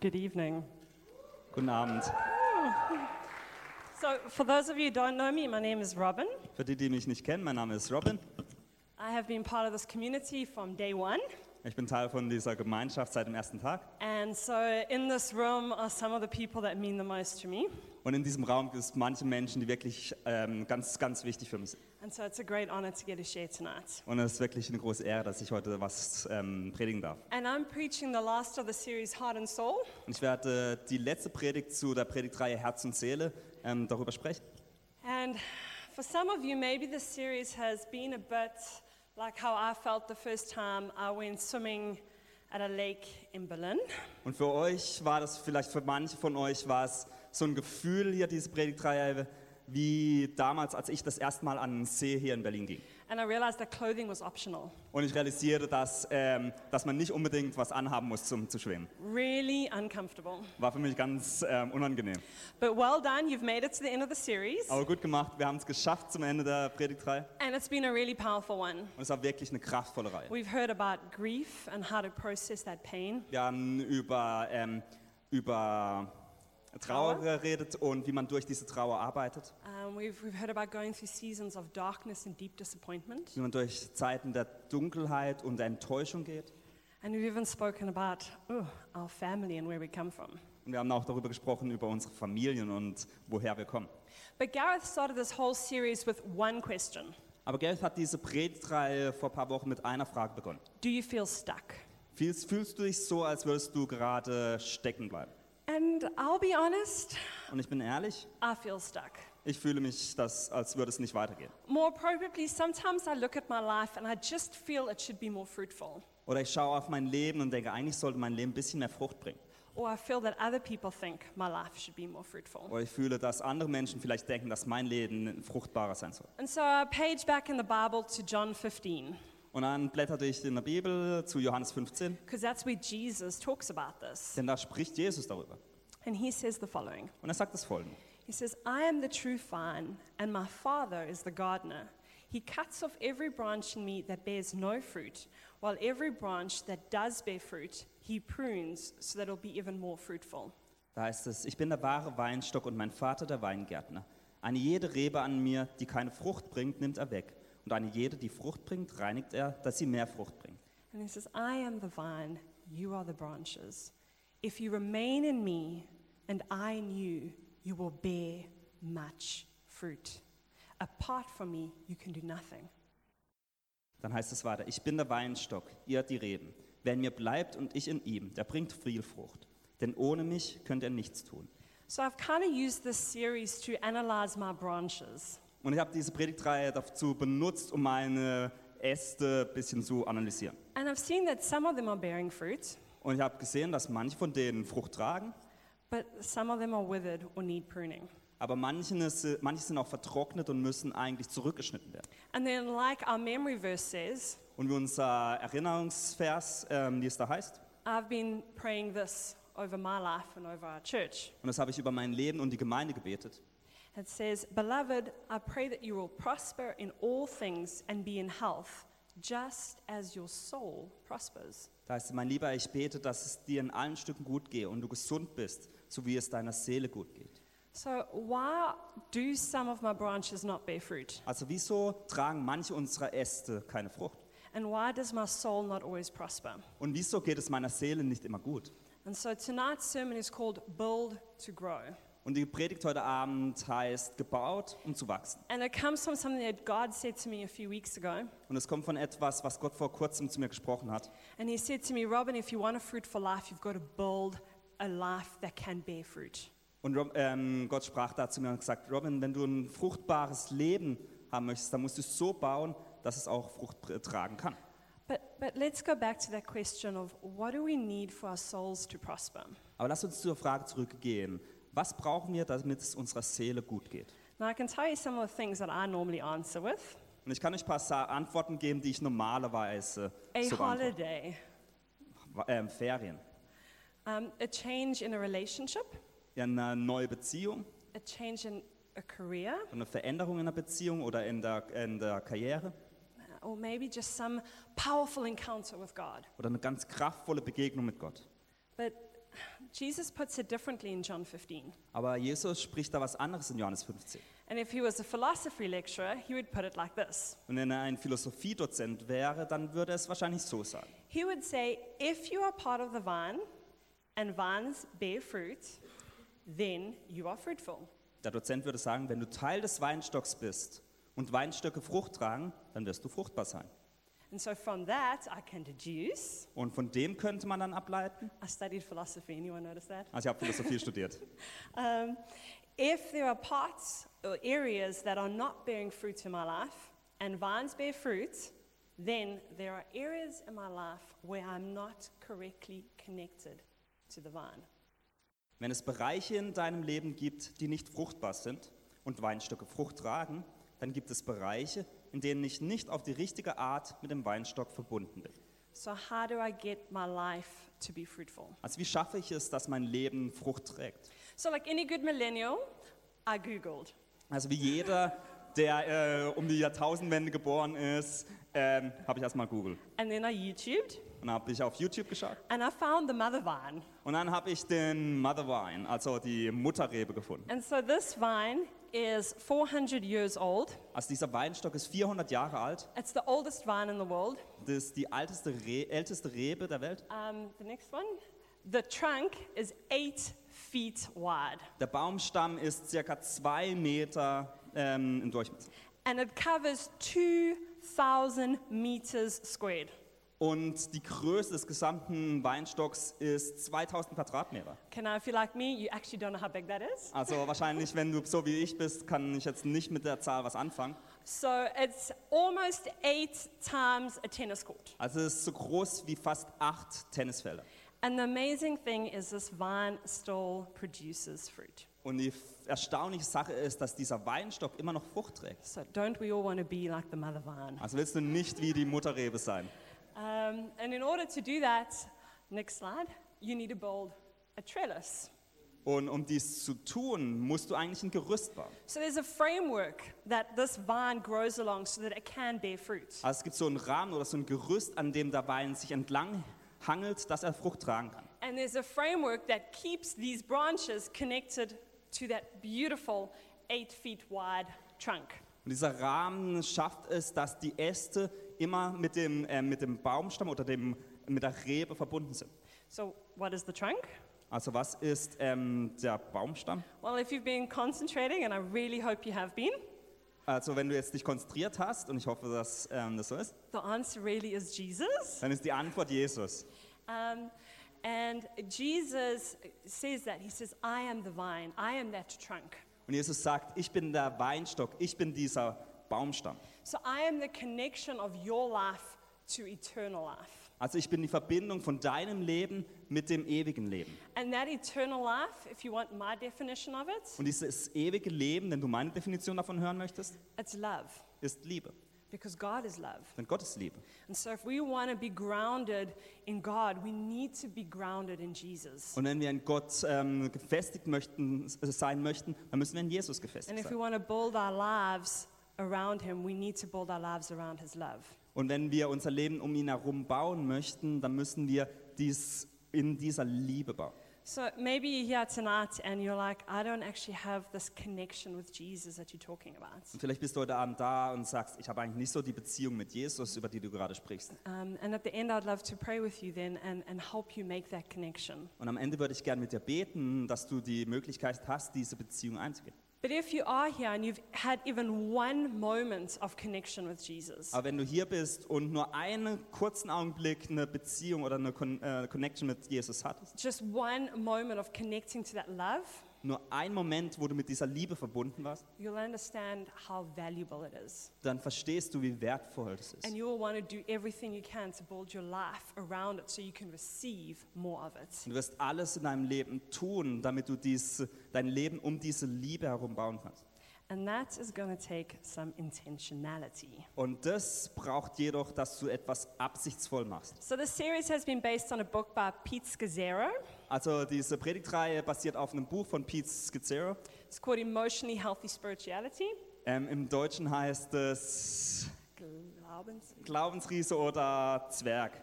Good evening. Guten Abend. So, for those of you who don't know me, my name is Robin. Für die, die mich nicht kennen, mein Name ist Robin. I have been part of this community from day one. Ich bin Teil von dieser Gemeinschaft seit dem ersten Tag. And so, in this room are some of the people that mean the most to me. Und in diesem Raum gibt es manche Menschen, die wirklich ähm, ganz, ganz wichtig für mich sind. And so, it's a great honor to get to share tonight. Und es ist wirklich eine große Ehre, dass ich heute was ähm, predigen darf. And I'm preaching the last of the series, Heart and Soul. Und ich werde die letzte Predigt zu der Predigtreihe Herz und Seele ähm, darüber sprechen. And for some of you, maybe this series has been a bit like how I felt the first time I went swimming at a lake in Berlin. Und für euch war das, vielleicht für manche von euch war es so ein Gefühl hier, diese Predigtreihe, wie damals, als ich das erste Mal an den See hier in Berlin ging. And I realized that clothing was optional. Und ich realisierte, dass, ähm, dass man nicht unbedingt was anhaben muss, um zu schwimmen. Really uncomfortable. War für mich ganz ähm, unangenehm. But well done, you've made it to the end of the series. Aber gut gemacht, wir haben es geschafft zum Ende der Predigtreihe. And it's been a really powerful one. Und es war wirklich eine kraftvolle Reihe. We've heard about grief and how to process that pain. Wir haben über, ähm, über Trauer Trauer? geredet und wie man durch diese Trauer arbeitet. Um, we've, we've heard about going through seasons of darkness and deep disappointment. Wie man durch Zeiten der Dunkelheit und der Enttäuschung geht. And we've even spoken about oh, our family and where we come from. Und wir haben auch darüber gesprochen, über unsere Familien und woher wir kommen. But Gareth started this whole series with one question Aber Gareth hat diese Predigtreihe vor ein paar Wochen mit einer Frage begonnen. Do you feel stuck? Fühlst, fühlst du dich so, als würdest du gerade stecken bleiben? And I'll be honest, Und ich bin ehrlich, I feel stuck. ich fühle mich, das, als würde es nicht weitergehen. More appropriately, sometimes I look at my life and I just feel it should be more fruitful. Oder ich schaue auf mein Leben und denke, eigentlich sollte mein Leben ein bisschen mehr Frucht bringen. Or I feel that other people think my life should be more fruitful. Oder ich fühle, dass andere Menschen vielleicht denken, dass mein Leben fruchtbarer sein soll. And so I page back in the Bible to John 15, Und dann blätterte ich in der Bibel zu Johannes 15, because that's where Jesus talks about this. denn da spricht Jesus darüber. And he says the following Und er sagt das folgende. He says, I am the true vine, and my Father is the gardener. He cuts off every branch in me that bears no fruit, while every branch that does bear fruit, he prunes so that it'll be even more fruitful. Da heißt es, ich bin der wahre Weinstock und mein Vater der Weingärtner. Eine jede Rebe an mir, die keine Frucht bringt, nimmt er weg. Und eine jede, die Frucht bringt, reinigt er, dass sie mehr Frucht bringt. And he says, I am the vine, you are the branches. If you remain in me and I in you, you will bear much fruit. Apart from me, you can do nothing. Dann heißt es weiter, ich bin der Weinstock, ihr die Reben. Wer in mir bleibt und ich in ihm, der bringt viel Frucht. Denn ohne mich könnt ihr nichts tun. So I've kind of used this series to analyze my branches. Und ich habe diese Predigtreihe dazu benutzt, um meine Äste ein bisschen zu analysieren. And I've seen that some of them are bearing fruit, Und ich habe gesehen, dass manche von denen Frucht tragen, but some of them are withered or need pruning. aber manchen ist, manche sind auch vertrocknet und müssen eigentlich zurückgeschnitten werden. And then, like our memory verse says, Und wie unser Erinnerungsvers, ähm, wie es da heißt, I've been praying this over my life and over our church. und das habe ich über mein Leben und die Gemeinde gebetet. It says, Beloved, I pray that you will prosper in all things and be in health, just as your soul prospers. Da heißt es, mein Lieber, ich bete, dass es dir in allen Stücken gut gehe und du gesund bist, so wie es deiner Seele gut geht. So, why do some of my branches not bear fruit? Also wieso tragen manche unserer Äste keine Frucht? And why does my soul not always prosper? Und wieso geht es meiner Seele nicht immer gut? And so, tonight's sermon is called Build to Grow. Und die Predigt heute Abend heißt gebaut, um zu wachsen. And it comes from something that God said to me a few weeks ago. Und es kommt von etwas, was Gott vor kurzem zu mir gesprochen hat. And He said to me, Robin, if you want a fruitful life, you've got to build a life that can bear fruit. Und Rob, ähm, Gott sprach da zu mir und gesagt, Robin, wenn du ein fruchtbares Leben haben möchtest, dann musst du es so bauen, dass es auch Frucht äh, tragen kann. But, but let's go back to that question of what do we need for our souls to prosper? Aber lass uns zur Frage zurückgehen. Was brauchen wir, damit es unserer Seele gut geht? Now, I can tell you some of the things that I normally answer with Und ich kann euch ein paar Sa- Antworten geben, die ich normalerweise a so beantworte. holiday, Wa- ähm, Ferien, um, a change in a relationship, ja, eine neue Beziehung, a change in a career, eine Veränderung in der Beziehung oder in der, in der Karriere or maybe just some powerful encounter with God. oder eine ganz kraftvolle Begegnung mit Gott. But Jesus puts it differently in John 15. Aber Jesus spricht da was anderes in Johannes 15. And if he was a philosophy lecturer, he would put it like this Und wenn er ein Philosophiedozent wäre, dann würde er es wahrscheinlich so sagen. He would say, If you are part of the vine and vines bear fruit, then you are fruitful. Der Dozent würde sagen, wenn du Teil des Weinstocks bist und Weinstöcke Frucht tragen, dann wirst du fruchtbar sein. And so from that, I can deduce. Und von dem könnte man dann ableiten, I studied philosophy, anyone notice that? also ich habe Philosophie studiert, Um, if there are parts or areas that are not bearing fruit in my life and vines bear fruit, then there are areas in my life where I'm not correctly connected to the vine. Wenn es Bereiche in deinem Leben gibt, die nicht fruchtbar sind und Weinstöcke Frucht tragen, dann gibt es Bereiche, in denen ich nicht auf die richtige Art mit dem Weinstock verbunden bin. So, how do I get my life to be fruitful? Also wie schaffe ich es, dass mein Leben Frucht trägt? So, like any good millennial, I Googled. Also wie jeder, der äh, um die Jahrtausendwende geboren ist, ähm, habe ich erstmal Google. And then I YouTubed Und dann habe ich auf YouTube geschaut and I found the mother vine. und dann habe ich den Mother Wine, also die Mutterrebe gefunden. And so, this vine is 400 years old. Also dieser Weinstock ist 400 Jahre alt. It's the oldest vine in the world. Das ist die alteste, Re älteste Rebe der Welt. Um, the next one. The trunk is eight feet wide Der Baumstamm ist circa zwei Meter ähm, im Durchmesser. and it covers 2,000 meters squared. Und die Größe des gesamten Weinstocks ist 2000 Quadratmeter. Okay, now if you're like me, you actually don't know how big that is. Also wahrscheinlich, wenn du so wie ich bist, kann ich jetzt nicht mit der Zahl was anfangen. So it's almost eight times a tennis court. Also es ist so groß wie fast acht Tennisfelder. And the amazing thing is, this vine still produces fruit. Und die f- erstaunliche Sache ist, dass dieser Weinstock immer noch Frucht trägt. So don't we all want to be like the mother vine? Also willst du nicht wie die Mutterrebe sein. Um, and in order to do that, next slide, you need to build a trellis. Und um dies zu tun, musst du eigentlich ein Gerüst bauen. So there's a framework that this vine grows along so that it can bear fruit. Also es gibt so einen Rahmen oder so ein Gerüst, an dem der Wein sich entlang hangelt, dass er Frucht tragen kann. And there's a framework that keeps these branches connected to that beautiful eight feet wide trunk. Und dieser Rahmen schafft es, dass die Äste immer mit dem, äh, mit dem Baumstamm oder dem, mit der Rebe verbunden sind. So, what is the trunk? Also was ist ähm, der Baumstamm? Well, if you've been concentrating, and I really hope you have been, Also wenn du jetzt dich konzentriert hast, und ich hoffe, dass ähm, das so ist, the answer really is Jesus. dann ist die Antwort Jesus. Um, and Jesus says that. He says, I am the vine, I am that trunk. Und Jesus sagt, ich bin der Weinstock, ich bin dieser Baumstamm. So, I am the connection of your life to eternal life. Also ich bin die Verbindung von deinem Leben mit dem ewigen Leben. And that eternal life, if you want my definition of it, Und dieses ewige Leben, wenn du meine Definition davon hören möchtest, it's love, ist Liebe. because God is love. Denn Gott ist Liebe. And so, if we want to be grounded in God, we need to be grounded in Jesus. Und wenn wir in Gott ähm, gefestigt möchten, s- sein möchten, dann müssen wir in Jesus And gefestigt if we sein. want to build our lives around Him, we need to build our lives around His love. Und wenn wir unser Leben um ihn herum bauen möchten, dann müssen wir dies in dieser Liebe bauen. So, maybe you're here tonight and you're like, I don't actually have this connection with Jesus that you're talking about. Und vielleicht bist du heute Abend da und sagst, ich habe eigentlich nicht so die Beziehung mit Jesus, über die du gerade sprichst. Um, and at the end, I'd love to pray with you then and, and help you make that connection. Und am Ende würde ich gerne mit dir beten, dass du die Möglichkeit hast, diese Beziehung einzugehen. But if you are here and you've had even one moment of connection with Jesus, Aber wenn du hier bist und nur einen kurzen Augenblick eine Beziehung oder eine Con äh, Connection mit Jesus hattest, just one moment of connecting to that love, nur einen Moment, wo du mit dieser Liebe verbunden warst, you'll understand how valuable it is. dann verstehst du, wie wertvoll das And ist. you will want to do everything you can to build your life around it so you can receive more of it. Und du wirst alles in deinem Leben tun, damit du dies, dein Leben um diese Liebe herum bauen kannst. And that is going to take some intentionality. Und das braucht jedoch, dass du etwas absichtsvoll machst. So, this series has been based on a book by Pete Scazzaro. Also diese Predigtreihe basiert auf einem Buch von Pete Scazzaro. It's called Emotionally Healthy Spirituality. Ähm, Im Deutschen heißt es Glaubens- Glaubensriese oder Zwerg.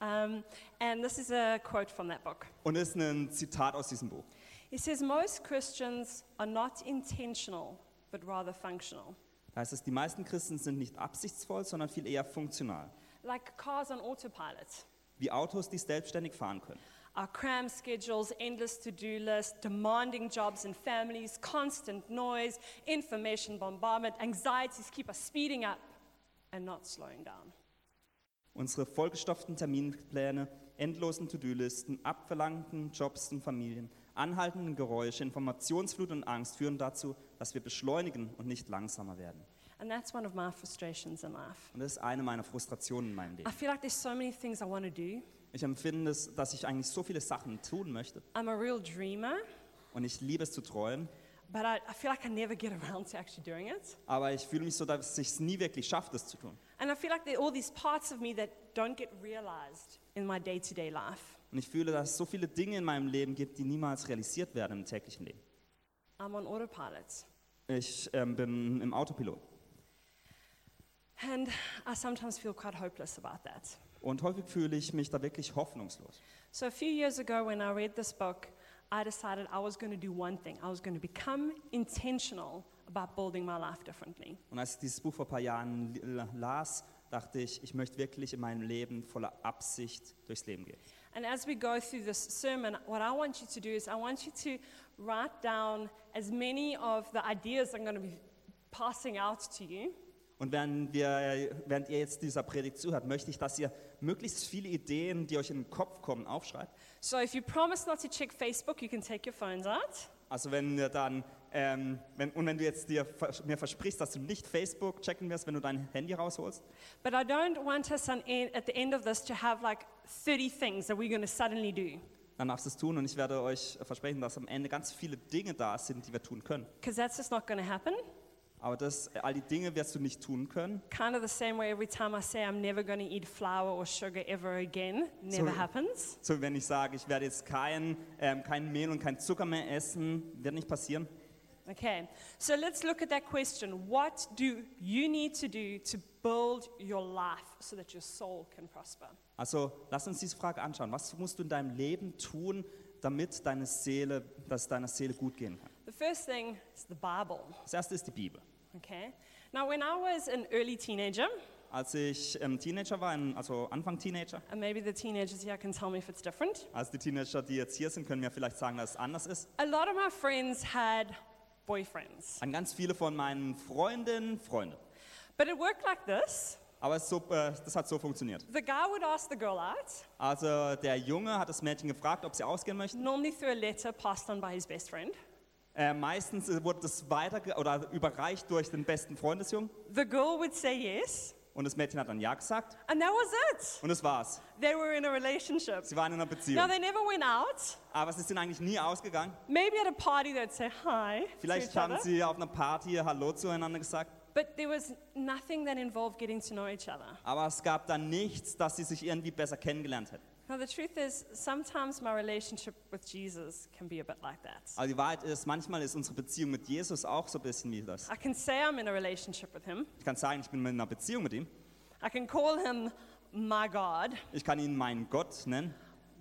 Um, and this is a quote from that book. Und es ist ein Zitat aus diesem Buch. He says, Most Christians are not intentional, but rather functional. Da heißt es, die meisten Christen sind nicht absichtsvoll, sondern viel eher funktional. Like cars on autopilot, Wie Autos, die selbstständig fahren können. our cram schedules, endless to do lists, demanding jobs and families, constant noise, information bombardment, anxieties keep us speeding up and not slowing down. Unsere vollgestopften Terminpläne, endlosen To-Do-Listen, abverlangten Jobs und Familien, anhaltenden Geräusche, Informationsflut und Angst führen dazu, dass wir beschleunigen und nicht langsamer werden. And that's one of my frustrations in life. Und das ist eine meiner Frustrationen in meinem I Leben. feel like there's so many things I want to do. Ich empfinde es, dass ich eigentlich so viele Sachen tun möchte I'm a real dreamer, und ich liebe es zu träumen, but I, I feel like I never get around to actually doing it. aber ich fühle mich so, dass ich es nie wirklich schaffe, das zu tun. And I feel like there are all these parts of me that don't get realized in my day to day life. Und ich fühle, dass es so viele Dinge in meinem Leben gibt, die niemals realisiert werden im täglichen Leben. I'm on autopilot. Ich ähm, bin im Autopilot And I sometimes feel quite hopeless about that. und häufig fühle ich mich da wirklich hoffnungslos. So a few years ago, when I read this book, I decided I was going to do one thing I was going to become intentional about building my life differently. Und als ich dieses Buch vor ein paar Jahren l- las, dachte ich, ich möchte wirklich in meinem Leben voller Absicht durchs Leben gehen. And as we go through this sermon, what I want you to do is I want you to write down as many of the ideas I'm going to be passing out to you. Und während, wir, während ihr jetzt dieser Predigt zuhört, möchte ich, dass ihr möglichst viele Ideen, die euch in den Kopf kommen, aufschreibt. So if you promise not to check Facebook, you can take your phones out. Also wenn ihr dann, ähm, wenn, und wenn du jetzt dir vers- mir versprichst, dass du nicht Facebook checken wirst, wenn du dein Handy rausholst, But I don't want us on en- at the end of this to have like 30 things that we're going to suddenly do, dann darfst du es tun. Und ich werde euch versprechen, dass am Ende ganz viele Dinge da sind, die wir tun können. because that's just not going to happen. Aber das, all die Dinge wirst du nicht tun können. Kind of the same way every time I say I'm never going to eat flour or sugar ever again, never So- happens. So, wenn ich sage, ich werde jetzt kein, ähm, kein Mehl und kein Zucker mehr essen, wird nicht passieren. Okay, so let's look at that question. What do you need to do to build your life so that your soul can prosper? Also, lass uns diese Frage anschauen. Was musst du in deinem Leben tun, damit deine Seele, dass es deiner Seele gut gehen kann? The first thing is the Bible, Das erste ist die Bibel. okay? Now, when I was an early teenager, Als ich ähm, Teenager war, in- also Anfang Teenager, and maybe the teenagers here can tell me if it's different, also die Teenager, die jetzt hier sind, können mir vielleicht sagen, dass es anders ist. A lot of my friends had boyfriends, An ganz viele von meinen Freundinnen, Freunde. but it worked like this. Aber es ist so, äh, das hat so funktioniert. The guy would ask the girl out, Also der Junge hat das Mädchen gefragt, ob sie ausgehen möchten. normally through a letter passed on by his best friend. Äh, meistens äh, wurde das weiter oder überreicht durch den besten Freundesjungen The girl would say yes, und das Mädchen hat dann Ja gesagt and that was it. und das war's. They were in a relationship. Sie waren in einer Now, Beziehung, they never went out. aber sie sind eigentlich nie ausgegangen. Maybe at a party they'd say hi to Vielleicht each other, haben sie auf einer Party Hallo zueinander gesagt, but there was nothing that involved getting to know each other. aber es gab dann nichts, dass sie sich irgendwie besser kennengelernt hätten. Now, the truth is, sometimes my relationship with Jesus can be a bit like that. Aber Also, die Wahrheit ist, manchmal ist unsere Beziehung mit Jesus auch so ein bisschen wie das. I can say I'm in a relationship with him, Ich kann sagen, ich bin in einer Beziehung mit ihm. I can call him my God. Ich kann ihn meinen Gott nennen,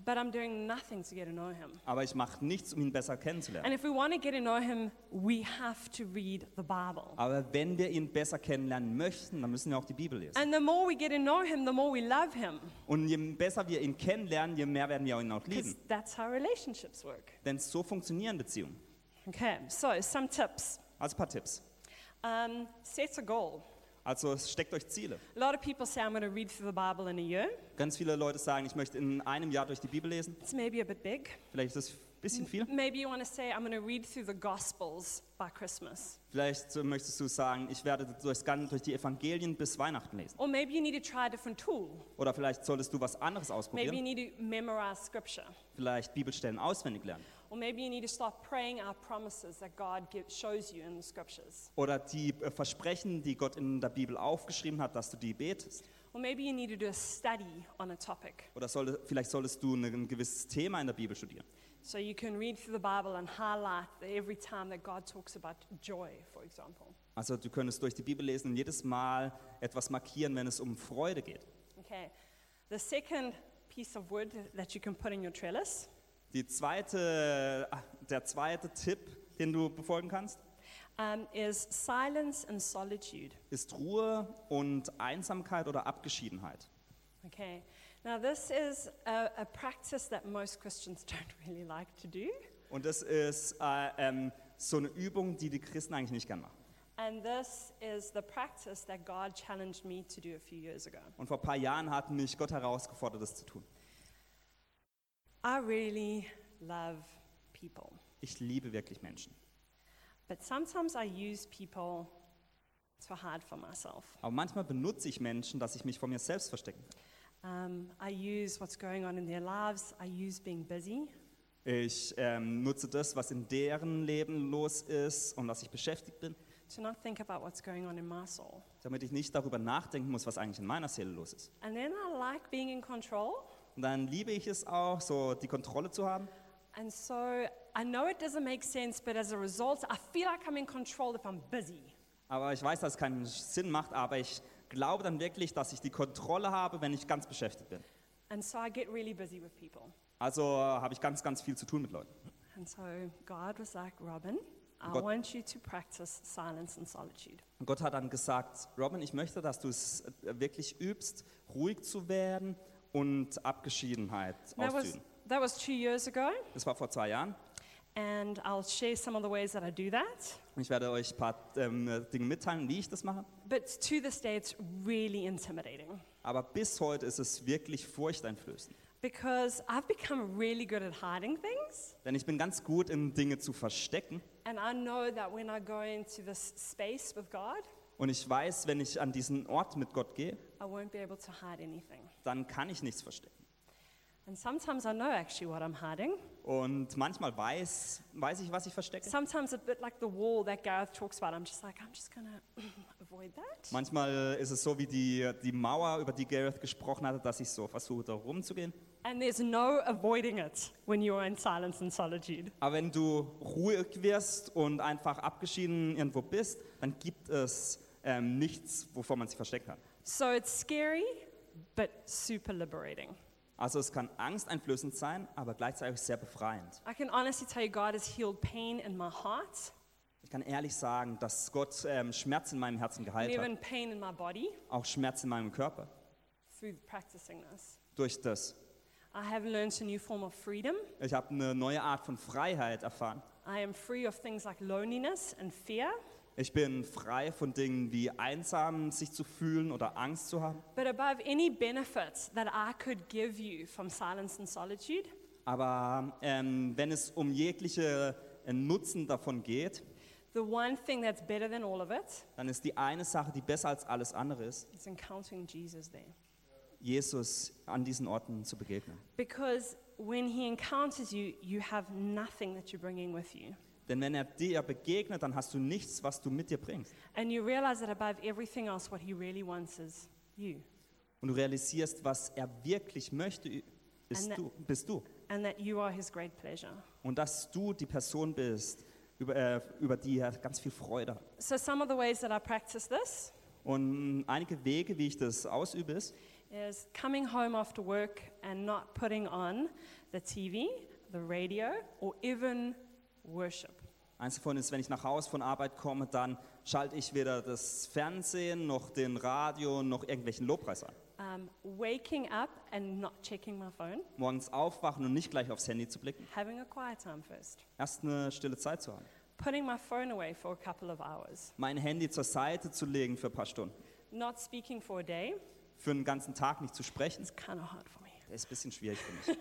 But I'm doing nothing to get to know him. aber ich mache nichts, um ihn besser kennenzulernen. And if we want to get to know him, we have to read the Bible. Aber wenn wir ihn besser kennenlernen möchten, dann müssen wir auch die Bibel lesen. And the more we get to know him, the more we love him. Und je besser wir ihn kennenlernen, je mehr werden wir ihn auch Because lieben. that's how relationships work. Denn so funktionieren Beziehungen. Okay, so some tips. Also ein paar Tipps. Um, set a goal. Also steckt euch Ziele. A lot of people say, I'm going to read through the Bible in a year. Ganz viele Leute sagen, ich möchte in einem Jahr durch die Bibel lesen. It's maybe a bit big. Vielleicht ist das ein bisschen viel. Maybe you want to say, I'm going to read through the Gospels by Christmas. Vielleicht so möchtest du sagen, ich werde durchs Ganze, durch die Evangelien bis Weihnachten lesen. Or maybe you need to try a different tool. Oder vielleicht solltest du was anderes Maybe you ausprobieren. need to memorize scripture. Vielleicht Bibelstellen auswendig lernen. Or maybe you need to start praying our promises that God give, shows you in the scriptures. Oder die äh, Versprechen, die Gott in der Bibel aufgeschrieben hat, dass du die betest. Or maybe you need to do a study on a topic. Oder solle, vielleicht solltest du ein gewisses Thema in der Bibel studieren. So you can read through the Bible and highlight that every time that God talks about joy, for example. Also du könntest durch die Bibel lesen und jedes Mal etwas markieren, wenn es um Freude geht. Okay. The second piece of wood that you can put in your trellis. Die zweite, ah, der zweite Tipp, den du befolgen kannst, um, is silence and solitude. ist Ruhe und Einsamkeit oder Abgeschiedenheit. Okay, now this is a, a practice that most Christians don't really like to do, Und das ist äh, ähm, so eine Übung, die die Christen eigentlich nicht gern machen. and this is the practice that God challenged me to do a few years ago. Und vor ein paar Jahren hat mich Gott herausgefordert, das zu tun. I really love people, Ich liebe wirklich Menschen. but sometimes I use people to hide from myself. Aber manchmal benutze ich Menschen, dass ich mich vor mir selbst verstecken kann. Um, I use what's going on in their lives, I use being busy, Ich ähm, nutze das, was in deren Leben los ist und was ich beschäftigt bin, to not think about what's going on in my soul. damit ich nicht darüber nachdenken muss, was eigentlich in meiner Seele los ist. And then I like being in control, Und dann liebe ich es auch, so die Kontrolle zu haben. and so I know it doesn't make sense, but as a result, I feel like I'm in control if I'm busy. Aber ich weiß, dass es keinen Sinn macht, aber ich glaube dann wirklich, dass ich die Kontrolle habe, wenn ich ganz beschäftigt bin. And so I get really busy with people. Also habe ich ganz, ganz viel zu tun mit Leuten. And so God was like, Robin, I But- want you to practice silence and solitude. Und Gott hat dann gesagt, Robin, ich möchte, dass du es äh, wirklich übst, ruhig zu werden und Abgeschiedenheit And That was, auszuüben. that was two years ago, Das war vor zwei Jahren. and I'll share some of the ways that I do that. Ich werde euch ein paar ähm, äh, Dinge mitteilen, wie ich das mache. But to this day, it's really intimidating Aber bis heute ist es wirklich furchteinflößend. because I've become really good at hiding things. Denn ich bin ganz gut in Dinge zu verstecken. And I know that when I go into this space with God, Und ich weiß, wenn ich an diesen Ort mit Gott gehe, I won't be able to hide anything. dann kann ich nichts verstecken. And sometimes I know actually what I'm hiding. Und manchmal weiß, weiß ich, was ich verstecke. Sometimes a bit like the wall that Gareth talks about, I'm just like, I'm just going to avoid that. Manchmal ist es so wie die, die Mauer, über die Gareth gesprochen hatte, dass ich so versuche, da rumzugehen. And there's no avoiding it when you're in silence and solitude. Aber wenn du ruhig wirst und einfach abgeschieden irgendwo bist, dann gibt es ähm, nichts, wovor man sich verstecken kann. So it's scary, but super liberating. Also es kann angsteinflößend sein, aber gleichzeitig sehr befreiend. I can honestly tell you, God has healed pain in my heart, Ich kann ehrlich sagen, dass Gott ähm, Schmerz in meinem Herzen and geheilt hat, even pain in my body auch Schmerz in meinem Körper through practicing this. durch das. I have learned a new form of freedom. Ich habe eine neue Art von Freiheit erfahren. I am free of things like loneliness and fear, Ich bin frei von Dingen wie einsam sich zu fühlen oder Angst zu haben. but above any benefits that I could give you from silence and solitude, Aber ähm, wenn es um jegliche äh, Nutzen davon geht, the one thing that's better than all of it dann ist die eine Sache, die besser als alles andere ist, is encountering Jesus there. Jesus an diesen Orten zu begegnen. Because when he encounters you, you have nothing that you're bringing with you. Denn wenn er dir begegnet, dann hast du nichts, was du mit dir bringst. And you realize that above everything else, what he really wants is you. Und du realisierst, was er wirklich möchte, bist Eine- du. Bist du. And that you are his great pleasure. Und dass du die Person bist, über, äh, über die er ganz viel Freude hat. So, some of the ways that I practice this Und einige Wege, wie ich das ausübe, ist, is coming home after work and not putting on the TV, the radio, or even worship. Eins davon ist, wenn ich nach Hause von Arbeit komme, dann schalte ich weder das Fernsehen noch den Radio noch irgendwelchen Lobpreis an. Um, waking up and not checking my phone, Morgens aufwachen und nicht gleich aufs Handy zu blicken, having a quiet time first, erst eine stille Zeit zu haben. putting my phone away for a couple of hours, Mein Handy zur Seite zu legen für ein paar Stunden. not speaking for a day. Für einen ganzen Tag nicht zu sprechen, It's kind of hard for me. ist ein bisschen schwierig für mich.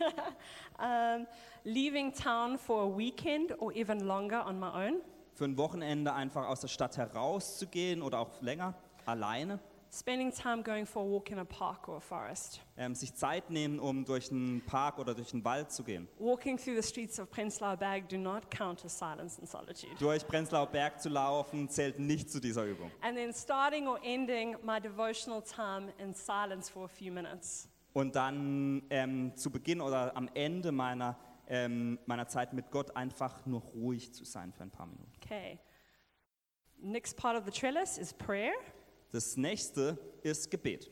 Um, leaving town for a weekend or even longer on my own, Für ein Wochenende einfach aus der Stadt herauszugehen oder auch länger, alleine. spending time going for a walk in a park or a forest, Ähm, sich Zeit nehmen, um durch einen Park oder durch einen Wald zu gehen. walking through the streets of Prenzlauer Berg do not count as silence and solitude. Durch Prenzlauer Berg zu laufen, zählt nicht zu dieser Übung. And then starting or ending my devotional time in silence for a few minutes. Und dann ähm, zu Beginn oder am Ende meiner, ähm, meiner Zeit mit Gott einfach nur ruhig zu sein für ein paar Minuten. Okay. Next part of the trellis is prayer. Das nächste ist Gebet.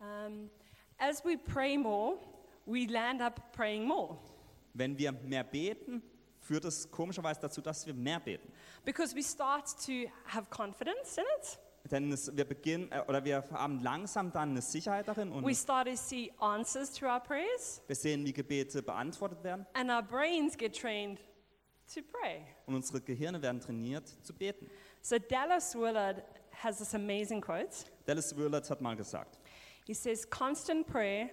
Um, as we pray more, we land up praying more Wenn wir mehr beten, führt es komischerweise dazu, dass wir mehr beten. because we start to have confidence in it. Denn es, wir beginnen äh, oder wir haben langsam dann eine Sicherheit darin und We start to see answers to our prayers, wir sehen, wie Gebete beantwortet werden and our brains get trained to pray. und unsere Gehirne werden trainiert zu beten. So Dallas Willard has this amazing quote. Dallas Willard hat mal gesagt, He says, Constant prayer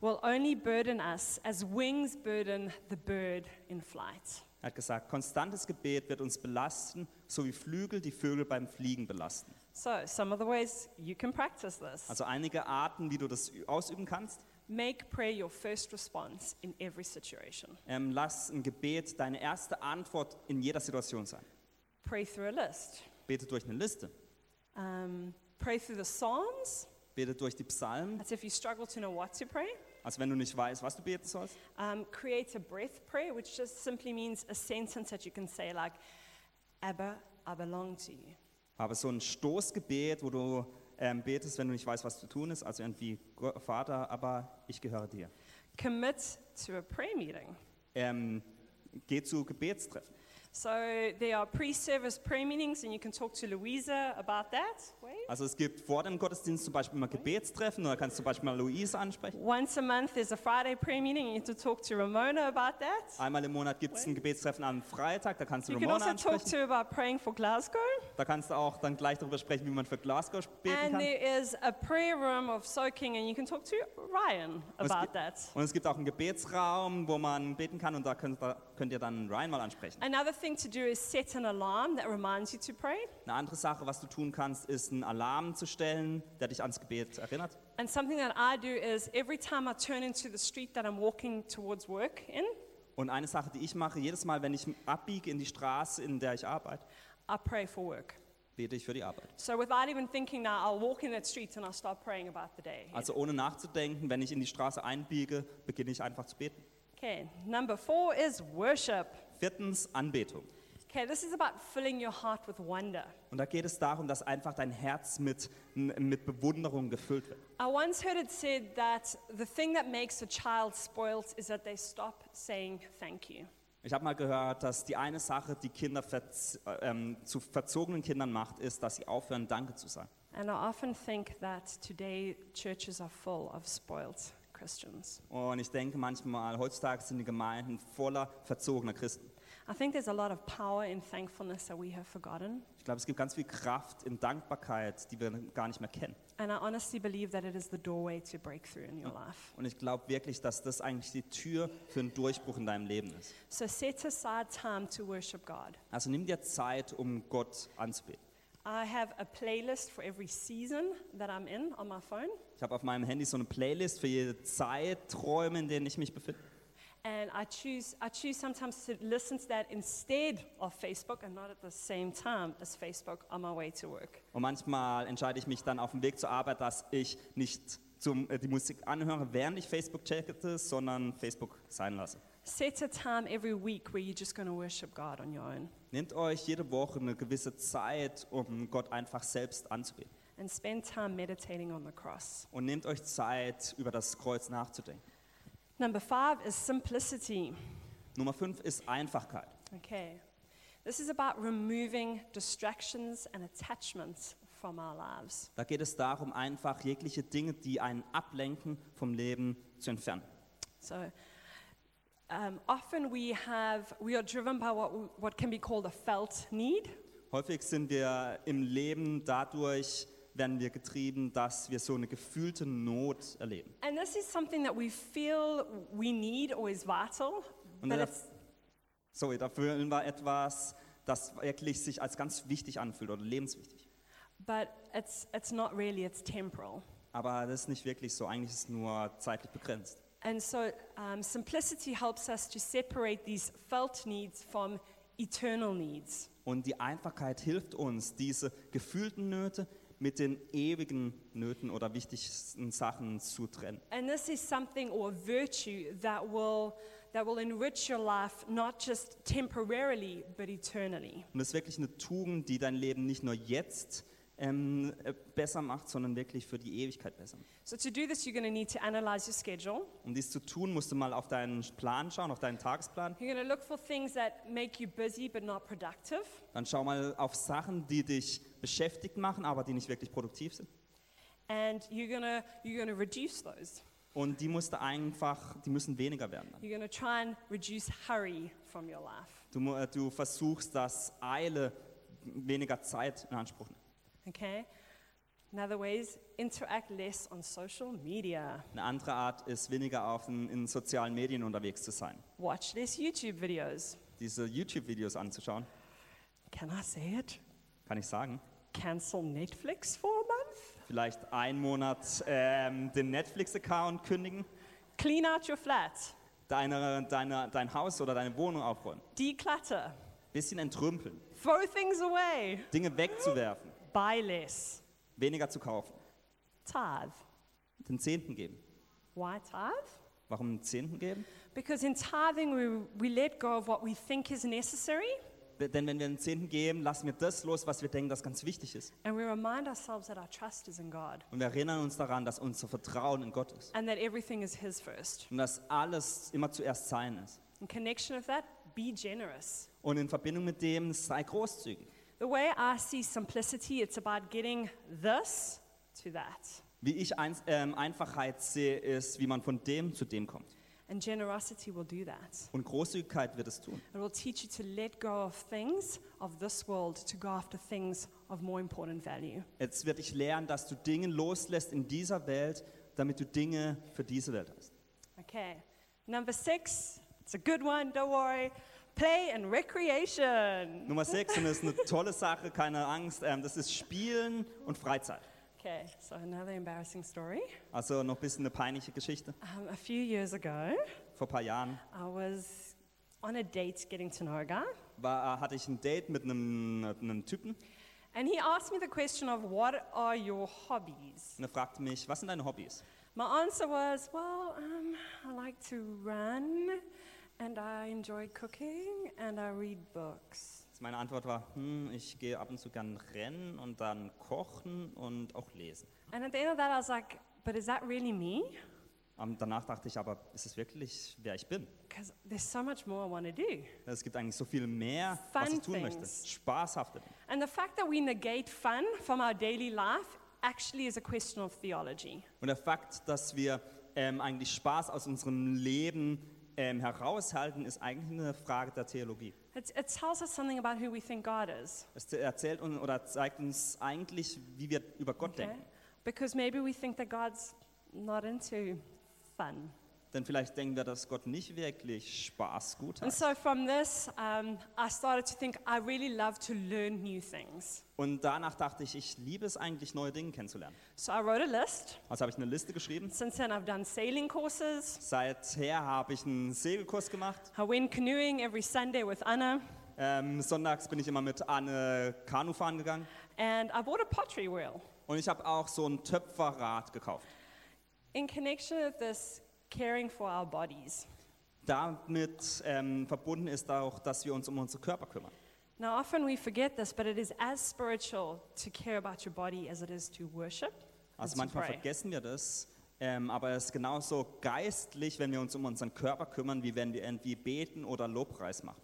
will only burden us as wings burden the bird in flight. er hat gesagt, konstantes Gebet wird uns belasten, so wie Flügel die Vögel beim Fliegen belasten. So, some of the ways you can practice this Also einige Arten, wie du das ü- ausüben kannst. make prayer your first response in every situation. Ähm, lass ein Gebet deine erste Antwort in jeder Situation sein. Pray through a list, Bete durch eine Liste. um, pray through the Psalms. Bete durch die Psalmen. That's if you struggle to know what to pray. Also wenn du nicht weißt, was du beten sollst. Um, create a breath prayer, which just simply means a sentence that you can say, like, Abba, I belong to you. Aber so ein Stoßgebet, wo du ähm, betest, wenn du nicht weißt, was zu tun ist. Also irgendwie, Gott- Vater, aber ich gehöre dir. Commit to a prayer meeting. Ähm, geh zu Gebetstreffen. So there are pre-service prayer meetings, and you can talk to Louisa about that. Wait. Also es gibt vor dem Gottesdienst zum Beispiel mal Gebetstreffen oder kannst zum Beispiel mal Luise ansprechen. Once a month, there's a Friday prayer meeting, and you have to talk to Ramona about that. Einmal im Monat gibt es ein Gebetstreffen am Freitag, da kannst du You can Ramona also talk ansprechen. to about praying for Glasgow. Da kannst du auch dann gleich darüber sprechen, wie man für Glasgow beten And kann. there is a prayer room of soaking, and you can talk to Ryan Und es, about gibt, that. und es gibt auch einen Gebetsraum, wo man beten kann und da könnt, da könnt ihr dann Ryan mal ansprechen. Another thing to do is set an alarm that reminds you to pray. Eine andere Sache, was du tun kannst, ist einen Alarm zu stellen, der dich ans Gebet erinnert. And something that I do is every time I turn into the street that I'm walking towards work in, Und eine Sache, die ich mache, jedes Mal, wenn ich abbiege in die Straße, in der ich arbeite, I pray for work. bete ich für die Arbeit. So without even thinking now, I'll walk in that street and I'll start praying about the day. Also ohne nachzudenken, wenn ich in die Straße einbiege, beginne ich einfach zu beten. Okay, number four is worship. Viertens, Anbetung. Okay, this is about filling your heart with wonder. Und da geht es darum, dass einfach dein Herz mit, mit Bewunderung gefüllt wird. I once heard it said that the thing that makes a child spoilt is that they stop saying thank you. Ich habe mal gehört, dass die eine Sache, die Kinder verz äh, ähm, zu verzogenen Kindern macht, ist, dass sie aufhören, Danke zu sagen. And I often think that today churches are full of spoilt Christians. Und ich denke manchmal, heutzutage sind die Gemeinden voller verzogener Christen. I think there's a lot of power in thankfulness that we have forgotten. Ich glaube, es gibt ganz viel Kraft in Dankbarkeit, die wir gar nicht mehr kennen. And I honestly believe that it is the doorway to breakthrough in your life. Und ich glaube wirklich, dass das eigentlich die Tür für einen Durchbruch in deinem Leben ist. So set aside time to worship God. Also nimm dir Zeit, um Gott anzubeten. I have a playlist for every season that I'm in on my phone, Ich habe auf meinem Handy so eine Playlist für jede Zeiträume, in denen ich mich befinde. and I choose, I choose sometimes to listen to that instead of Facebook and not at the same time as Facebook on my way to work. Und manchmal entscheide ich mich dann auf dem Weg zur Arbeit, dass ich nicht zum, äh, die Musik anhöre, während ich Facebook checke, sondern Facebook sein lasse. Set a time every week where you're just going to worship God on your own Nehmt euch jede Woche eine gewisse Zeit, um Gott einfach selbst anzubeten. and spend time meditating on the cross. Und nehmt euch Zeit, über das Kreuz nachzudenken. Number five is simplicity. Nummer 5 ist Einfachkeit. Okay. This is about removing distractions and attachments from our lives. Da geht es darum, einfach jegliche Dinge, die einen ablenken, vom Leben zu entfernen. So um, often we have, we are driven by what, w- what can be called a felt need. Häufig sind wir im Leben dadurch, werden wir getrieben, dass wir so eine gefühlte Not erleben. And this is something that we feel we need or is vital, Und but da- it's, Sorry, da fühlen wir etwas, das wirklich sich als ganz wichtig anfühlt oder lebenswichtig. but it's, it's not really, it's temporal. Aber das ist nicht wirklich so, eigentlich ist es nur zeitlich begrenzt. And so um, simplicity helps us to separate these felt needs from eternal needs. Und die Einfachkeit hilft uns, diese gefühlten Nöte mit den ewigen Nöten oder wichtigsten Sachen zu trennen. And this is something or a virtue that will, that will enrich your life, not just temporarily, but eternally. Und das ist wirklich eine Tugend, die dein Leben nicht nur jetzt ähm, äh, besser macht, sondern wirklich für die Ewigkeit besser. macht. So, to do this, you're going to need to analyze your schedule. Um dies zu tun, musst du mal auf deinen Plan schauen, auf deinen Tagesplan. You're going to look for things that make you busy but not productive. Dann schau mal auf Sachen, die dich beschäftigt machen, aber die nicht wirklich produktiv sind. And you're going to, you're going to reduce those. Und die musst du einfach, die müssen weniger werden. Dann. You're going to try and reduce hurry from your life. Du, mu- äh, du versuchst, dass Eile weniger Zeit in Anspruch nimmt. Okay? Another way is interact less on social media. Eine andere Art ist, weniger auf den, in sozialen Medien unterwegs zu sein. Watch less YouTube videos. Diese YouTube-Videos anzuschauen, Can I say it? kann ich sagen. Cancel Netflix for a month? Vielleicht einen Monat ähm, den Netflix-Account kündigen, Clean out your flat. deine, deine, dein Haus oder deine Wohnung aufräumen, Declutter. bisschen entrümpeln, Throw things away. Dinge wegzuwerfen, Buy less. weniger zu kaufen, Tithe. den Zehnten geben. Why tithe? Warum den Zehnten geben? Because in tithing, we, we let go of what we think is necessary Denn wenn wir den Zehnten geben, lassen wir das los, was wir denken, das ganz wichtig ist. and we remind ourselves that our trust is in God Und wir erinnern uns daran, dass unser Vertrauen in Gott ist. and that everything is His first. Und dass alles immer zuerst sein ist. In connection with that, be generous. Und in Verbindung mit dem sei großzügig. The way I see simplicity, it's about getting this to that. Wie ich eins, ähm, Einfachheit sehe, ist, wie man von dem zu dem kommt. And generosity will do that. Und Großzügigkeit wird es tun. It will teach you to let go of things of this world to go after things of more important value. Jetzt wird dich lernen, dass du Dinge loslässt in dieser Welt, damit du Dinge für diese Welt hast. Okay, number six, it's a good one, don't worry. Play and recreation. Nummer 6, und das ist eine tolle Sache, keine Angst, ähm, das ist Spielen und Freizeit. Okay, so another embarrassing story. Also noch ein bisschen eine peinliche Geschichte. Um, a few years ago, Vor ein paar Jahren I was on a date getting to know a guy, war, äh, hatte ich ein Date mit einem, mit einem Typen and he asked me the question of what are your hobbies? und er fragte mich, was sind deine Hobbys? My answer was, well, um, I like to run, and I enjoy cooking, and I read books. Also Meine Antwort war, hm, ich gehe ab und zu gern rennen und dann kochen und auch lesen. And at the end of that, I was like, but is that really me? Ähm, danach dachte ich aber, ist es wirklich, wer ich bin? Because there's so much more I want to do. Es gibt eigentlich so viel mehr, was Fun ich tun möchte. things. Spaßhafte Dinge. And the fact that we negate fun from our daily life actually is a question of theology. Und der Fakt, dass wir ähm, eigentlich Spaß aus unserem Leben ähm, heraushalten, ist eigentlich eine Frage der Theologie. It, it tells us something about who we think God is. Es erzählt uns oder zeigt uns eigentlich, wie wir über Gott Okay? denken. Because maybe we think that God's not into fun. Denn vielleicht denken wir, dass Gott nicht wirklich Spaß gut And hat. so from this, um, I started to think I really love to learn new things. Und danach dachte ich, ich liebe es eigentlich, neue Dinge kennenzulernen. So I wrote a list. Also habe ich eine Liste geschrieben. Since then, I've done sailing courses. Seither habe ich einen Segelkurs gemacht. I went canoeing every Sunday with Anna. Ähm, sonntags bin ich immer mit Anne Kanu fahren gegangen. And I bought a pottery wheel. Und ich habe auch so ein Töpferrad gekauft. In connection with this, caring for our bodies. Damit ähm, verbunden ist auch, dass wir uns um unsere Körper kümmern. Now, often we forget this, but it is as spiritual to care about your body as it is to worship. and Also to manchmal pray. vergessen wir das, ähm, aber es ist genauso geistlich, wenn wir uns um unseren Körper kümmern, wie wenn wir irgendwie beten oder Lobpreis machen.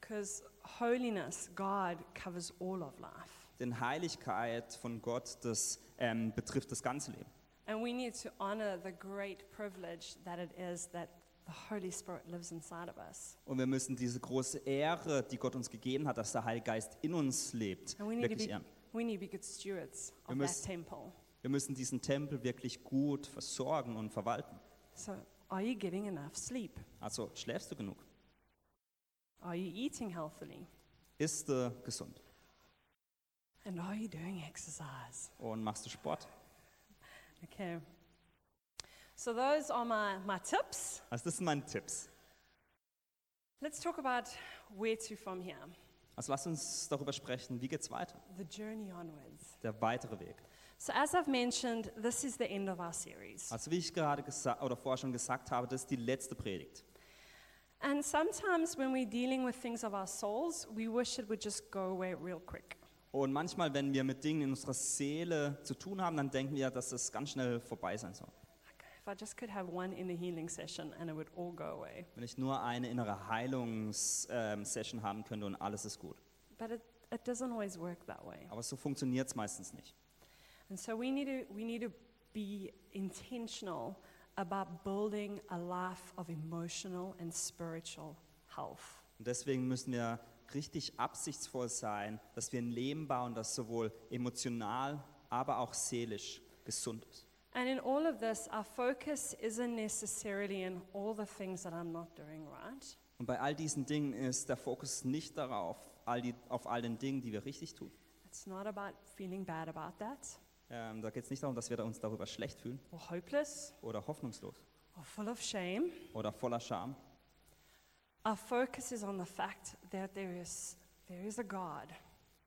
Because holiness, God covers all of life. Denn Heiligkeit von Gott, das ähm, betrifft das ganze Leben. And we need to honor the great privilege that it is that the Holy Spirit lives inside of us. Und wir müssen diese große Ehre, die Gott uns gegeben hat, dass der Heilige Geist in uns lebt, And we need, to wirklich be, ehren. we need to be good stewards Wir of that müssen- temple. Wir müssen diesen Tempel wirklich gut versorgen und verwalten. So, are you getting enough sleep? Also schläfst du genug? Are you eating healthily? Isst du gesund? And are you doing exercise? Und machst du Sport? Okay. So those are my, my tips. Also das sind meine Tipps. Let's talk about where to from here. Also lass uns darüber sprechen, wie geht's weiter? The journey onwards. Der weitere Weg. So as I've mentioned, this is the end of our series. Also wie ich gerade gesagt oder vorher schon gesagt habe, das ist die letzte Predigt. And sometimes when we're dealing with things of our souls, we wish it would just go away real quick. Und manchmal, wenn wir mit Dingen in unserer Seele zu tun haben, dann denken wir, dass das ganz schnell vorbei sein soll. If I just could have one inner healing session and it would all go away. Wenn ich nur eine innere Heilungssession haben könnte und alles ist gut. But it, it doesn't always work that way. Aber so funktioniert es meistens nicht. And so we need to, we need to be intentional about building a life of emotional and spiritual health. Und deswegen müssen wir richtig absichtsvoll sein, dass wir ein Leben bauen, das sowohl emotional, aber auch seelisch gesund ist. And in all of this, our focus isn't necessarily in all the things that I'm not doing right. Und bei all diesen Dingen ist der Fokus nicht darauf, all die, auf all den Dingen, die wir richtig tun. It's not about feeling bad about that Ähm, da geht es nicht darum, dass wir da uns darüber schlecht fühlen or hopeless oder hoffnungslos or full of shame. oder voller Scham. Our focus is on the fact that there is, there is a God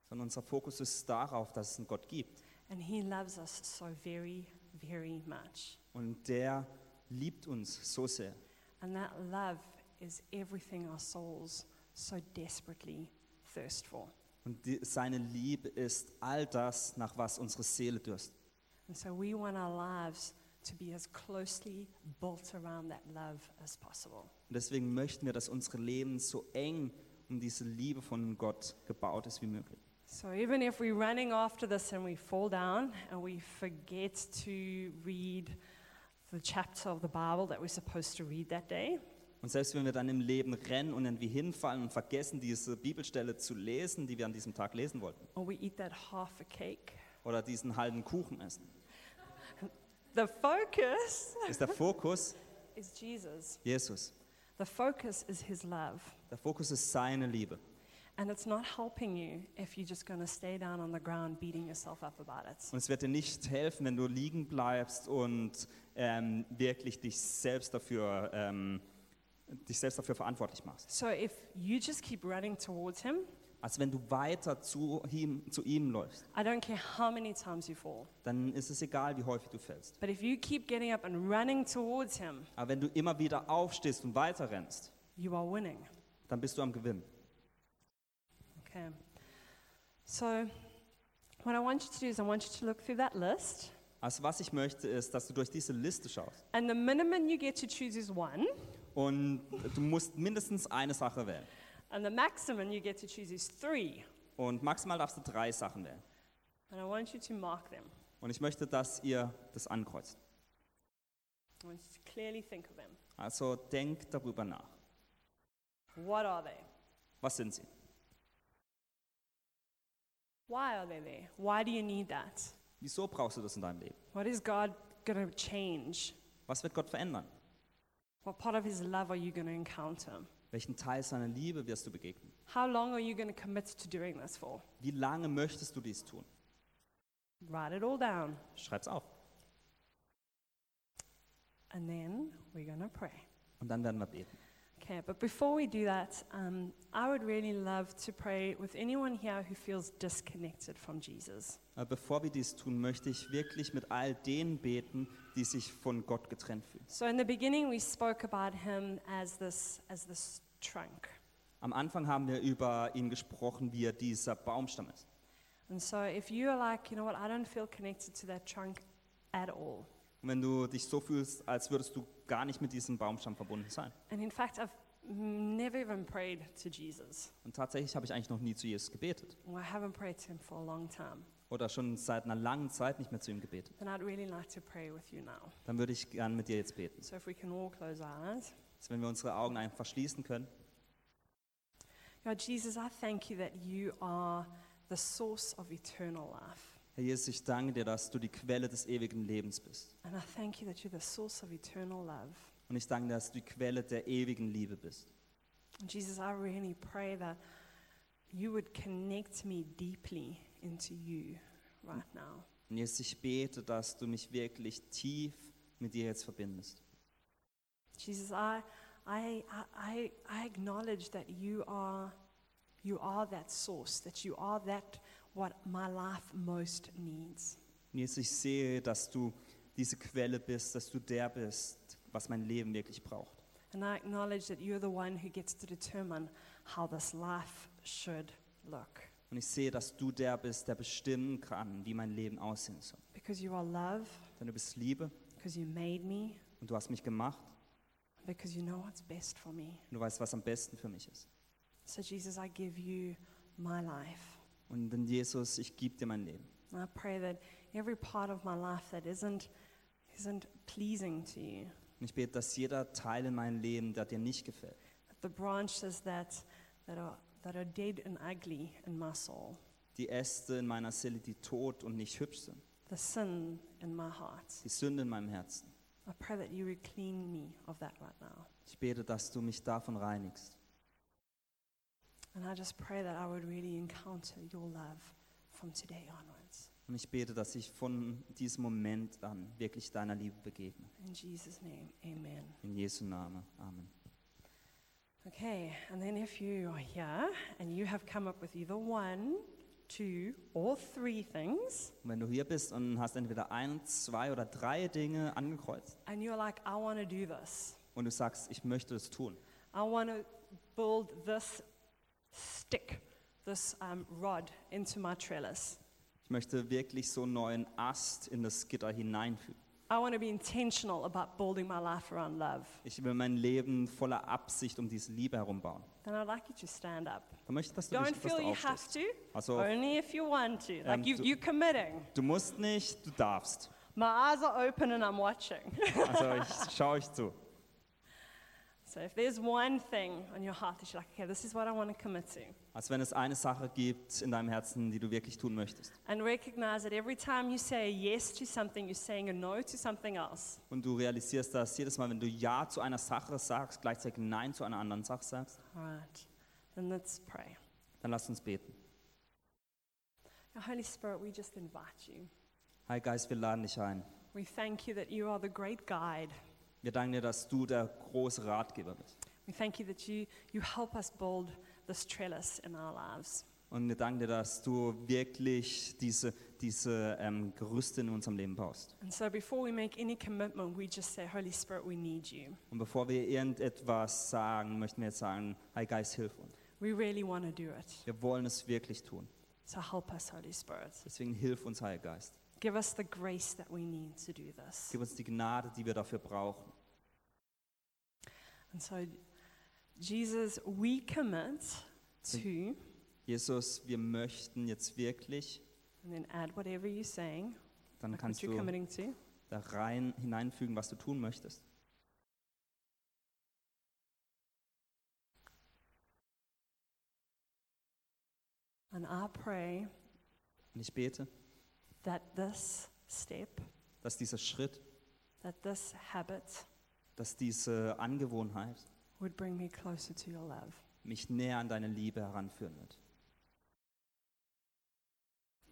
sondern unser Fokus ist darauf, dass es einen Gott gibt. and He loves us so very, very much. Und der liebt uns so sehr. And that love is everything our souls so desperately thirst for. Und die, seine Liebe ist all das, nach was unsere Seele dürst. And so we want our lives to be as closely built around that love as possible. Und deswegen möchten wir, dass unsere Leben so eng um diese Liebe von Gott gebaut ist wie möglich. So even if we're running after this and we fall down and we forget to read the chapter of the Bible that we're supposed to read that day, Und selbst wenn wir dann im Leben rennen und irgendwie hinfallen und vergessen, diese Bibelstelle zu lesen, die wir an diesem Tag lesen wollten, or we eat that half a cake, oder diesen halben Kuchen essen, the focus ist der Fokus is Jesus. Jesus. The focus is his love. Der Fokus ist seine Liebe. And it's not helping you if you're just going to stay down on the ground beating yourself up about it. Und es wird dir nicht helfen, wenn du liegen bleibst und ähm, wirklich dich selbst, dafür, ähm, dich selbst dafür verantwortlich machst. So if you just keep running towards him, Also wenn du weiter zu ihm, zu ihm läufst, I don't care how many times you fall, dann ist es egal, wie häufig du fällst. but if you keep getting up and running towards him, Aber wenn du immer wieder aufstehst und weiterrennst, you are winning. dann bist du am Gewinn. Okay. So what I want you to do is I want you to look through that list. Also was ich möchte, ist, dass du durch diese Liste schaust. And the minimum you get to choose is one, Und du musst mindestens eine Sache wählen. and the maximum you get to choose is three. Und maximal darfst du drei Sachen wählen. And I want you to mark them. Und ich möchte, dass ihr das ankreuzt. I want you to clearly think of them. Also denk darüber nach. What are they? Was sind sie? Why are they there? Why do you need that? Wieso brauchst du das in deinem Leben? What is God going to change? Was wird Gott verändern? What part of His love are you going to encounter? Welchen Teil seiner Liebe wirst du begegnen? How long are you going to commit to doing this for? Wie lange möchtest du dies tun? Write it all down, Schreib's auf. and then we're going to pray. Und dann werden wir beten. Okay, but before we do that, um, I would really love to pray with anyone here who feels disconnected from Jesus. Äh, Bevor wir dies tun, möchte ich wirklich mit all denen beten, die sich von Gott getrennt fühlen. So in the beginning, we spoke about Him as this as this trunk, Am Anfang haben wir über ihn gesprochen, wie er dieser Baumstamm ist. and so if you are like, you know what, I don't feel connected to that trunk at all, Und wenn du dich so fühlst, als würdest du gar nicht mit diesem Baumstamm verbunden sein. and in fact, I've never even prayed to Jesus. Und tatsächlich habe ich eigentlich noch nie zu Jesus gebetet. Well, I haven't prayed to him for a long time, Oder schon seit einer langen Zeit nicht mehr zu ihm gebetet. then I'd really like to pray with you now. Dann würde ich gern mit dir jetzt beten. So if we can all close our eyes. Also wenn wir unsere Augen einfach schließen können. God, Jesus, I thank you that you are the source of eternal life. Herr Jesus, ich danke dir, dass du die Quelle des ewigen Lebens bist. And I thank you that you're the source of eternal love. Und ich danke dir, dass du die Quelle der ewigen Liebe bist. And Jesus, I really pray that you would connect me deeply into you right now. Und Jesus, ich bete, dass du mich wirklich tief mit dir jetzt verbindest. Jesus, I, I, I- I, I acknowledge that you are, you are that source, that you are that what my life most needs. Und Jesus, ich sehe, dass du diese Quelle bist, dass du der bist, was mein Leben wirklich braucht. And I acknowledge that you're the one who gets to determine how this life should look. Und Und ich sehe, dass du der bist, der bestimmen kann, wie mein Leben aussehen soll. because you are love, Denn du bist Liebe because you made me, und du hast mich gemacht because you know what's best for me. und du weißt, was am besten für mich ist. So, Jesus, I give you my life. Und dann, Jesus, ich gebe dir mein Leben. And I pray that every part of my life that isn't, isn't pleasing to you, Und ich bete, dass jeder Teil in meinem Leben, der dir nicht gefällt, that the branches that, that, are, that are dead and ugly in my soul, die Äste in meiner Seele, die tot und nicht hübsch sind, the sin in my heart, die Sünde in meinem Herzen. I pray that you would clean me of that right now. Ich bete, dass du mich davon reinigst. And I just pray that I would really encounter your love from today onwards. Und ich bete, dass ich von diesem Moment an wirklich deiner Liebe begegne. In Jesus' name, amen. In Jesu Namen. Amen. Okay, and then if you are here and you have come up with either one, two, or three things, Und wenn du hier bist und hast entweder ein, zwei oder drei Dinge angekreuzt and you're like, I want to do this, und du sagst, ich möchte das tun, I want to build this stick, this um, rod into my trellis, ich möchte wirklich so einen neuen Ast in das Gitter hineinfügen. I want to be intentional about building my life around love, Ich will mein Leben voller Absicht um diese Liebe herumbauen. then I'd like you to stand up. Dann möchte ich, dass du Don't dich dass feel du you have aufstehst. to, Also, only if you want to. Um, Like you, do- you're committing. du musst nicht, du darfst. My eyes are open and I'm watching. Also, ich schaue euch zu. so if there's one thing on your heart that you're like, okay, this is what I want to commit to. Als wenn es eine Sache gibt in deinem Herzen, die du wirklich tun möchtest. And recognize that every time you say a yes to something, you're saying a no to something else. Und du realisierst, dass jedes Mal, wenn du Ja zu einer Sache sagst, gleichzeitig Nein zu einer anderen Sache sagst, All right. Then let's pray. dann lass uns beten. Now, Holy Spirit, we just invite you. Heiliger Geist, wir laden dich ein. We thank you that you are the great guide. Wir danken dir, dass du der große Ratgeber bist. We thank you that you, you help us build this trellis in our lives. Und wir danken dir, dass du wirklich diese, diese ähm, Gerüste in unserem Leben baust. And so before we make any commitment, we just say, Holy Spirit, we need you. Und bevor wir irgendetwas sagen, möchten wir jetzt sagen, Heiliger Geist, hilf uns. We really want to do it. Wir wollen es wirklich tun. So help us, Holy Spirit. Deswegen hilf uns, Heiliger Geist. Give us the grace that we need to do this. Gib uns die Gnade, die wir dafür brauchen. And so, Jesus, we commit to, Jesus, wir möchten jetzt wirklich, and then add whatever you're saying, dann like kannst what you're du committing to. da rein hineinfügen, was du tun möchtest. And I pray Und ich bete, that this step, dass dieser Schritt, that this habit dass diese Angewohnheit would bring me closer to your love. mich näher an deine Liebe heranführen wird.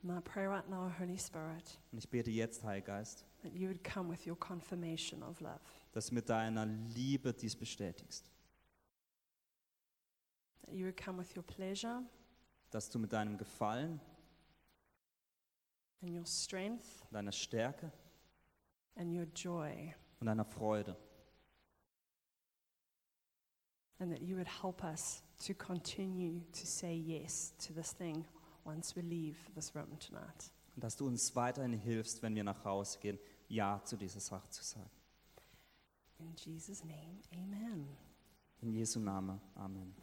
And I pray right now, Holy Spirit, Und ich bete jetzt, Heiliger Geist, that you would come with your confirmation of love, dass du mit deiner Liebe dies bestätigst, that you would come with your pleasure dass du mit deinem Gefallen, and your strength deiner Stärke and your joy, und deiner Freude and that you would help us to continue to say yes to this thing once we leave this room tonight. und dass du uns weiterhin hilfst, wenn wir nach Hause gehen, Ja zu dieser Sache zu sagen. In Jesus' name, amen. In Jesu Namen. Amen.